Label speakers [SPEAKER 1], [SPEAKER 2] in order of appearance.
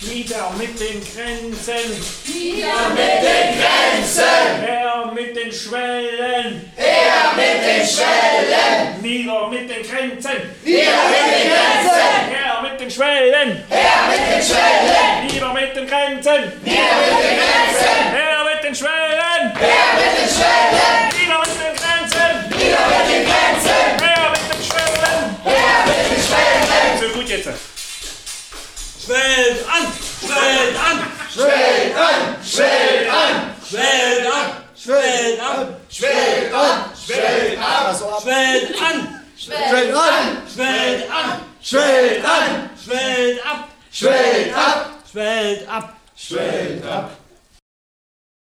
[SPEAKER 1] Nieder mit den Grenzen,
[SPEAKER 2] Nieder mit den Grenzen,
[SPEAKER 1] her mit den Schwellen,
[SPEAKER 2] her mit den Schwellen,
[SPEAKER 1] nieder mit den Grenzen,
[SPEAKER 2] nieder mit den Grenzen,
[SPEAKER 1] her mit den Schwellen,
[SPEAKER 2] her mit den Schwellen,
[SPEAKER 1] nieder mit den Grenzen,
[SPEAKER 2] nieder mit den Grenzen,
[SPEAKER 1] her mit den Schwellen,
[SPEAKER 2] her mit den Schwellen,
[SPEAKER 1] nieder mit den Grenzen,
[SPEAKER 2] nieder mit den Grenzen,
[SPEAKER 1] her mit den Schwellen.
[SPEAKER 2] her mit den Schwellen,
[SPEAKER 1] So gut jetzt. Schwellen an, Schwellen an,
[SPEAKER 2] schwellt an, schwellt an,
[SPEAKER 1] Schwellen an,
[SPEAKER 3] Schwellen
[SPEAKER 1] an,
[SPEAKER 2] schwellt an, schwellt an,
[SPEAKER 1] Schwellen an,
[SPEAKER 2] schwellt an,
[SPEAKER 1] Schwellen an,
[SPEAKER 2] schwellt an,
[SPEAKER 1] Schwellen ab,
[SPEAKER 2] schwellt ab,
[SPEAKER 1] Schwellen ab,
[SPEAKER 2] schwellt ab,